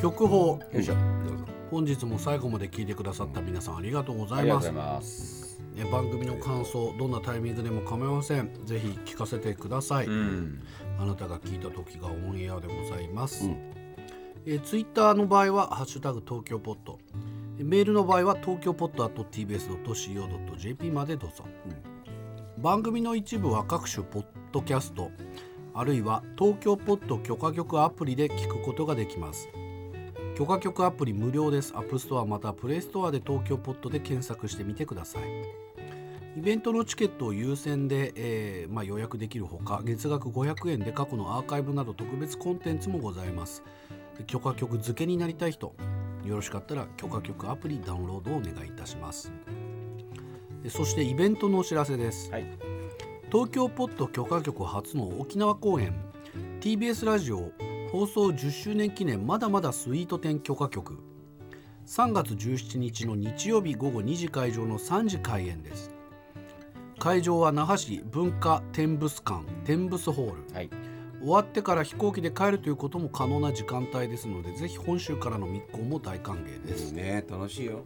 速報よいしょどうぞ本日も最後まで聞いてくださった皆さんありがとうごあざいりがとうまござすいますえ番組の感想どんなタイミングでも構いませんぜひ聞かせてください、うんあなたが聞いた時がオンエアでございます、うんえツイッター Twitter の場合は「ハッシュタグ東京ポッド」えメールの場合は東京ポッド .tbs.co.jp までどうぞ、番組の一部は各種ポッドキャストあるいは東京ポッド許可局アプリで聞くことができます許可局アプリ無料ですアップストアまたはプレイストアで東京ポッドで検索してみてくださいイベントのチケットを優先で、えーまあ、予約できるほか月額500円で過去のアーカイブなど特別コンテンツもございますで許可局付けになりたい人よろしかったら許可局アプリダウンロードをお願いいたしますでそしてイベントのお知らせです、はい東京ポッド許可局初の沖縄公演 TBS ラジオ放送10周年記念まだまだスイート店許可局3月17日の日曜日午後2時会場の3時開演です会場は那覇市文化展物館展物ホールはい終わってから飛行機で帰るということも可能な時間帯ですのでぜひ本州からの密航も大歓迎です、いいね楽しいよ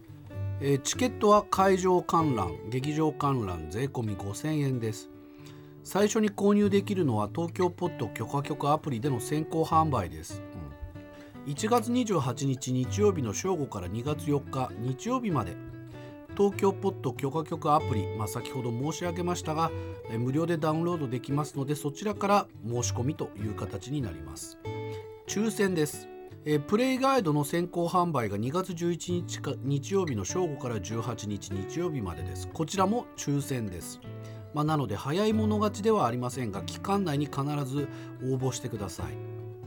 えーチケットは会場観覧劇場観覧税込み5000円です最初に購入できるのは東京ポッド許可局アプリでの先行販売です、1月28日日曜日の正午から2月4日日曜日まで東京ポッド許可局アプリ、まあ、先ほど申し上げましたがえー無料でダウンロードできますのでそちらから申し込みという形になります抽選ですえープレイガイドの先行販売が2月11日か日曜日の正午から18日日曜日までですこちらも抽選です、まあ、なので早い者勝ちではありませんが期間内に必ず応募してくださいえ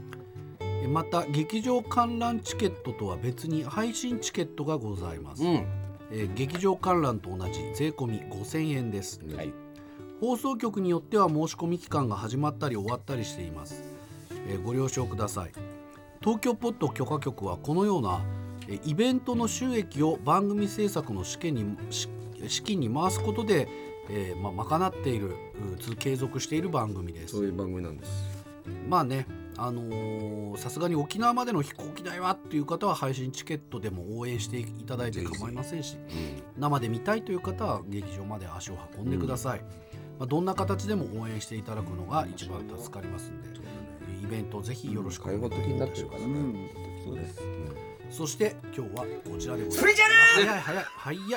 ーまた劇場観覧チケットとは別に配信チケットがございます、んえー劇場観覧と同じ税込み5000円ですはい放送局によっては申し込み期間が始まったり終わったりしています、えーご了承ください東京ポッド許可局はこのようなえーイベントの収益を番組制作の資金にし資金に回すことで、えーまあ、賄っているうつ継続している番組ですそういう番組なんですまあねあのーさすがに沖縄までの飛行機代はっていう方は配信チケットでも応援していただいて構いませんし生で見たいという方は劇場まで足を運んでください、まあ、どんな形でも応援していただくのが一番助かりますんでイベントぜひよろしくお会願い話い的になったてしるまかす、らうんそうですそして今日はこちらでございますそれじゃな早い早い早いコ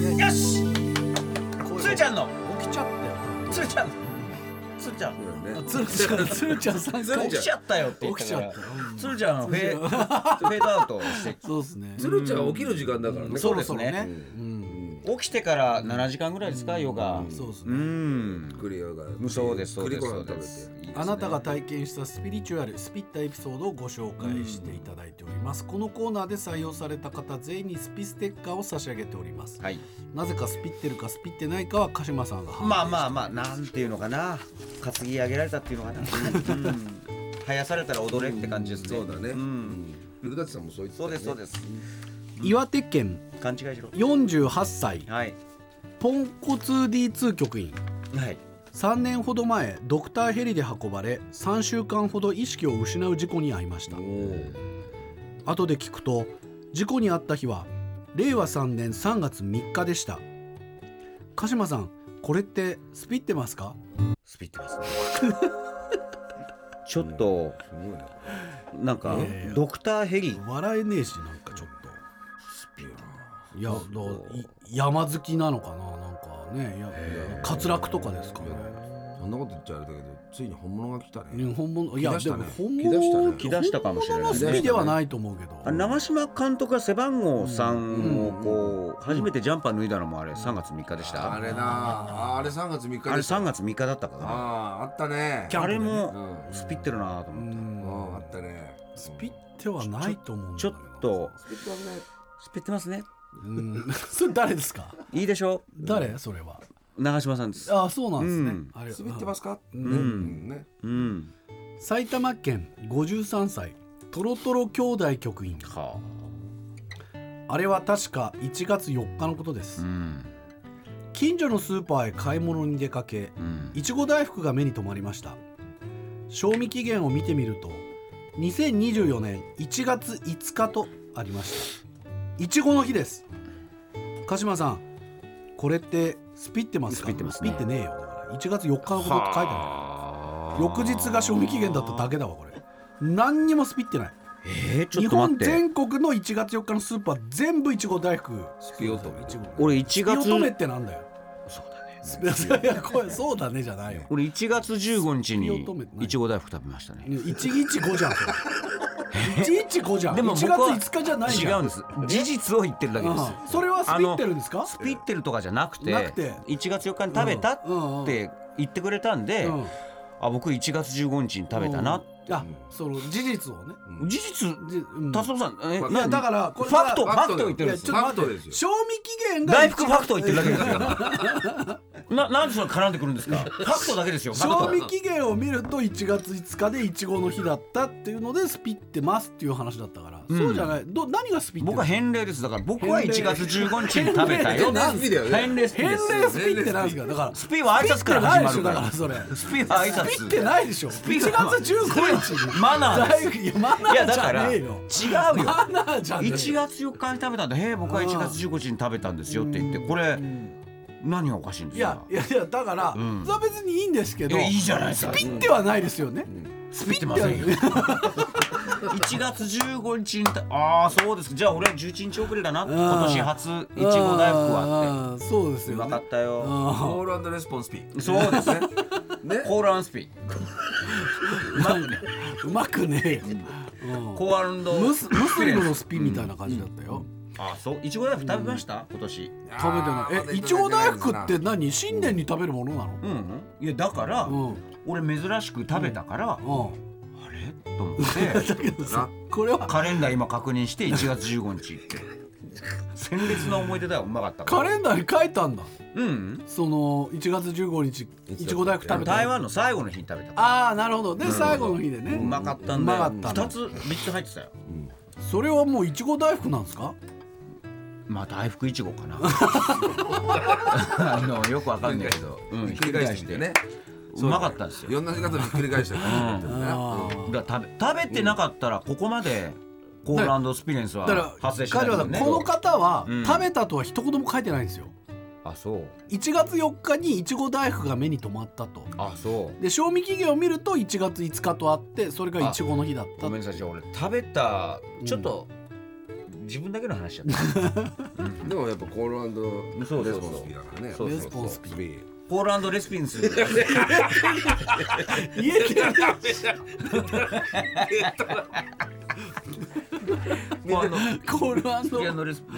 ラ早いーよしつるちゃんの起きちゃったよつるちゃんつるちゃんねつるちゃんつるちゃん3つる回起きちゃったよって言っ起きたちかゃらったうんつるちゃんフェフェードアウトしてそうですね鶴ちゃん起きる時間だからねそうそでろすそろねねうん起きてから7時間ぐらいですかヨガそうですうねんクリアが無償ですそう栗ですごそう飯食べでてすいいですねあなたが体験したスピリチュアルスピッタエピソードをご紹介していただいております、このコーナーで採用された方全員にスピステッカーを差し上げております、はいなぜかスピってるかスピってないかは鹿島さんが判定まあまあまあなんていうのかな担ぎ上げられたっていうのかなうん生やされたら踊れって感じですねそうだねうん古舘さんもそう言ってたそうよねですそうです岩手県勘違いしろ48歳はいポンコツ D2 局員はい3年ほど前ドクターヘリで運ばれ3週間ほど意識を失う事故に遭いましたおー後で聞くと事故に遭った日は令和3年3月3日でした鹿島さんこれってスピってますかスピってますねちょっとすごいななんかいやいやドクターヘリ笑えねえしなんかちょっといやだからい山好きなのかななんかねいや滑落とかですかねそんなこと言っちゃあれだけどついに本物が来たねね本物いや、来だしでたもね本物来だしたね来だしたかもしれない本物の好きではないと思うけどあ長嶋監督が背番号3をこう初めてジャンパー脱いだのもあれ3月3日でしたああれれなあれ3月3日でした3月3日だったかあなああったねキャンあれうんもスピってるなとう思ってうんあんったねスピってはないと思うんだちけょどっとスピットねスピってますねうん それ誰ですかいいでしょ誰それは長嶋さんですあそうなんですね、うんあれ滑ってますか、ねうんねうん埼玉県53歳トロトロ兄弟局員はあれは確か1月4日のことであうす、ん近所のスーパーへ買い物に出かけうんいちご大福が目に留まりました賞味期限を見てみると2024年1月5日とありましたいちごの日です鹿島さんこれってスピってますかスピってますねスピってねえよだから1月4日のことって書いてあはある翌日が賞味期限だっただけだわこれ何にもスピってないえー、ちょ日っと待本って全国の1月4日のスーパー全部いちご大福スピオトメいちご俺1スピオトメっ月てなんだよそうだねいやこれそうだねじゃないよ俺1月15日スピオトメってに何いちご大福食べましたね115じゃんそれ115じゃんでも1僕は月5日じゃないじ違ゃうんんです事実を言ってるだけですうんそれはスピってるんですかスピってるとかじゃなくてなくて1月4日に食べたって言ってくれたんで、うんあ僕1月15日に食べたな、うんあその事実をね事実じうん達夫さんえいや何だからこれファクトだファクト言ってるいんでやすちよょっとファクト待っですてよ賞味期限が大福ファクト言ってるだけですからななんでそれ絡んでくるんですかファクトだけですよファ賞ク味期限を見ると1月5日でいちごの日だったっていうのでスピってますっていう話だったから、うんそうじゃないど何がスピっトてる僕は返礼ですだから僕は1月15日に食べた返礼よ返礼スピだよね返礼スピ返で礼すスピってなんですかだからスピは挨拶から始まるからスピってないでしょだからそれススピは挨ピって拶ないでしょ1は月15日にマナー大で福いやマナすいやーだじかゃらねえ違うよよマナーじゃねえよ1月4日に食べたんで「へえ僕は1月15日に食べたんですよ」って言ってこれ何がおかしいんでいすかやいやいやだから、うんそれは別にいいんですけどいやいいじゃないですかスピってはないですよね、スピってませんよ1月15日にたああそうですかじゃあ俺は11日遅れだなうん今年初いちご大福ははってそうですうよまねかったよあコールレスポンスピってそうです ねねコーランスピうまくねーうまくねえよ、うんコーランドムスムスリムのスピみたいな感じだったよ、あそういちご大福食べました今年食べてないえいちご大福って何新年に食べるものなのうんうんいやだからうん、俺珍しく食べたからうん、あれと思って だけどさこれはカレンダー今確認して1月15日って鮮烈な思い出だようまかったかカらレンダーに書いたんだうんその1月15日いちご大福食べた台湾の最後の日に食べたからああなるほどで最後の日でね、うまかったんうだまかよったんだ2つ3つ入ってたよそれはもういちご大福なんですかまあ大福いちごかな あのよくわかんないけど、うん、ひっくり返してみてねうまかったんですよいろんな仕方でひっくり返してねあーだから食べ食べてなかったらここまでコーランドスピレンスはだから発生しない彼もはさんねこの方はうん食べたとは一言も書いてないんですよあそう1月4日にいちご大福が目に留まったとあそうで賞味期限を見ると1月5日とあってそれがいちごの日だったごめんなさいじゃあ俺食べたちょっと、自分だけの話だったでもやっぱコールそうレそスうそうポンスピだからねそそうそううレスポンスピコーランドレスピンス言えてるコーランドコールアンドピ アノレスピ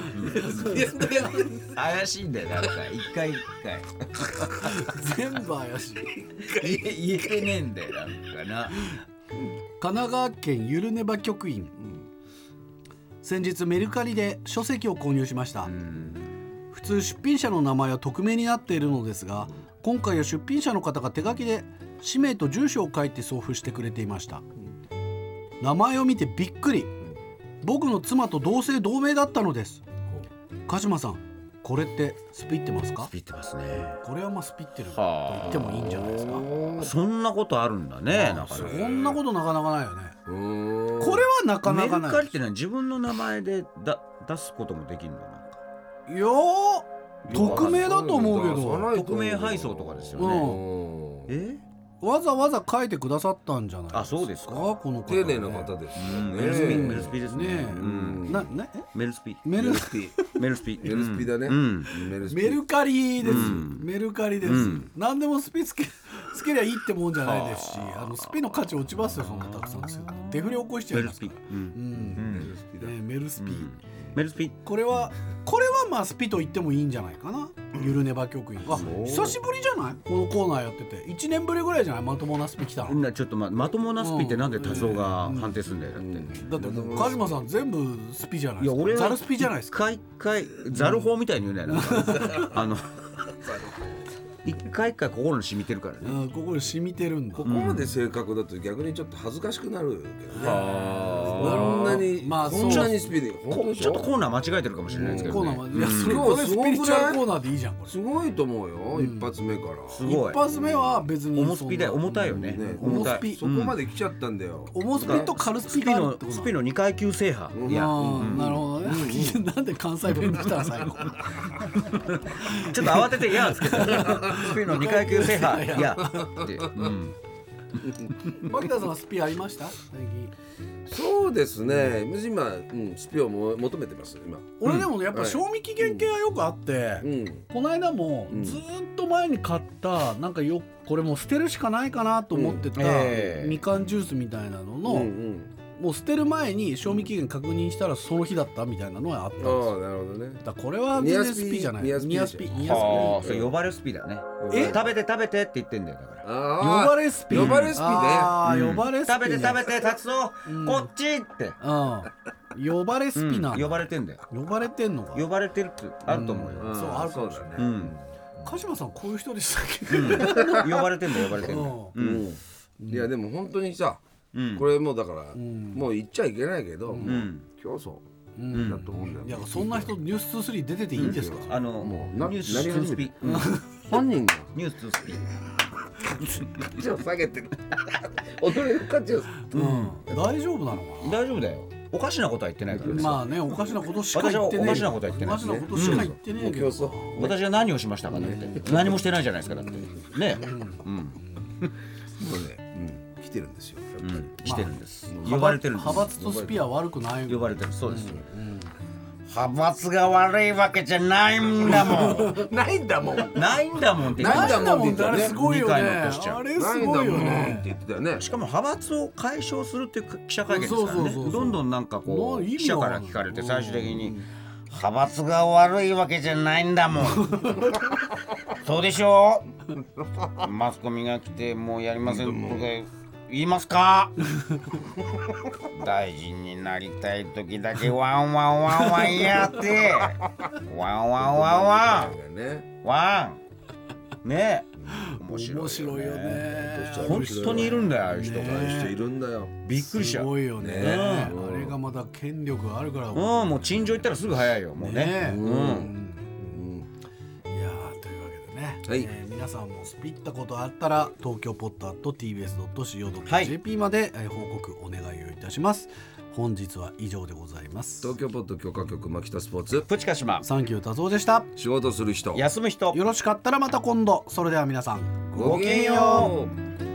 怪しいんだよなんか一回一回全部怪しい神言えてねえんだよなんかな奈川県ゆるねば局員、先日メルカリで書籍を購入しました、普通出品者の名前は匿名になっているのですが今回は出品者の方が手書きで氏名と住所を書いて送付してくれていました、名前を見てびっくり僕の妻と同姓同名だったのです鹿島さんこれってスピってますかビってますねこれはまあスピってるとは言あってもいいんじゃないですかそんなことあるんだねなんかねこんなことなかなかないよねうんこれはなかなメかルないカリってのは自分の名前でだ出すこともできるのなんかいやー匿名だと思うけど匿名配送とかですよねねえわざわざ書いてくださったんじゃないですかあそうですかこの方、ね、丁寧な方ですようんねメルスピメルスピですねねえうんななえメルスピメルピメルスピ メルスピだねうんメルスピメルカリです、うんメルカリです、うん何でもスピつけ つけりゃいいってもんじゃないですしあのスピの価値落ちますよそんなたくさんですよ手振り起こしちゃメいルまスすピからううん、うんメんルスピだね、メルスピ、うんメルスピこれはこれはまあスピと言ってもいいんじゃないかな、ゆるねば局員あそう久しぶりじゃないこのコーナーやってて1年ぶりぐらいじゃないまともなスピ来たの、なちょっとままともなスピってなんで多少が判定するんだよだっだてってもう鹿島さん全部スピじゃないいでやすか俺ザルスピじゃないですかか一回一回ザル法みたいに言うねなんかあの一回一回心に染みてるからねうん、ここに染みてるんだここまで正確だと逆にちょっと恥ずかしくなるけどね。あそんなに、まあそんなにスピーディー。本当でしちょょっとコーナー間違えてるかもしれないですけコどーナーねまでいやそれうんこれスピリチュアルコーナーでいいじゃんこすごいと思うよ、一発目から。すれご一い発目は別に重スピだよ重たいよねね重た重スピいそこまで来ちゃったんだよ。重スピと軽ススピピがあるっのてことスなピのの2階級制覇うんいやあーなるほどね、 なんで関西弁にしたら最後ちょっと慌てて「いや」つけたスピの2階級制覇「いいや」ってうん牧田さんはスピありました最近そうですね。今、うん、スピをも求めてます。今。俺でもやっぱはい賞味期限系はよくあって、うん。この間もうんずーっと前に買ったなんかよこれもう捨てるしかないかなと思ってた、うんええみかんジュースみたいなのの、うんうん。もう捨てる前に賞味期限確認したらその日だったみたいなのはあったんああですよ、なるほどね。だからこれは全然スピじゃないニアスピニアスピニアスああそピれ呼ばれスピだねえ食べて食べてって言ってんだよだから呼あばれスピ呼ばれスピねああ、うん呼ばれスピ食べて食べて達夫うんこっちってうん呼ばれスピなうんんだ呼ばれてんだよ呼ばれてんのか呼ばれてるってあると思うあよんそうあるかもしれないそうだうね。ん鹿島さんこういう人でしたっけ、うん呼ばれてんだよ呼ばれてんだよううんうん。いやでも本当にさ、うんこれもうだから、んもう言っちゃいけないけど、もううん競争うんだと思うんだよ。いやそんな人「ニュース2 3出てていいんですか、あのもうなニュース2スピなり始めて本人 がニュース2スピ価値を下げてる。踊れる価値を。うん大丈夫なのかな大丈夫だよおかしなことは言ってないからまあねおかしなことしか言ってねえ私はおかしなことは言っておないかしなことしか言ってねえけど、うんもう競私が何をしましたかだって何もしてないじゃないですかだってねうもうんね、うん、来てるんですよ。やっぱり。来てるんです派閥呼ばれてるんです派閥とスピは悪くない呼ばれてるそうです派閥が悪いわけじゃないんだ もんないんだもん。なないんだもんって言ってなたいんだもんってあれすごいよね二回残しちゃうあれすいんだごもいよんってね言ってたよね。しかも派閥を解消するっていう記者会見ですからそうそうねそうそうどんどんなんかこもうう意味記者から聞かれて最終的に「派閥が悪いわけじゃないんだ もん」「そうでしょう?」マスコミが来て「もうやりません」とか言いますか大臣になりたい時だけワンワンワンワンやってワンワンワンワだからね。ンワンねえ面面白いよね本当にいるんだよああいう人が、ああいう人いるんだよ。びっくりしちゃすうごいよねねあれがまた権力があるからうんもう陳情行ったらすぐ早いよもうねねえうんうん。いやーというわけでね、はいえー皆さんもスピったことあったら東京ポッターと TBS.CO.JP まで、えー報告お願いをいたします本日は以上でございます東京ポッド許可局牧田スポーツ。プチカシマサンキュー達夫でした仕事する人。休む人よろしくあったらまた今度それでは皆さんごきげんよう。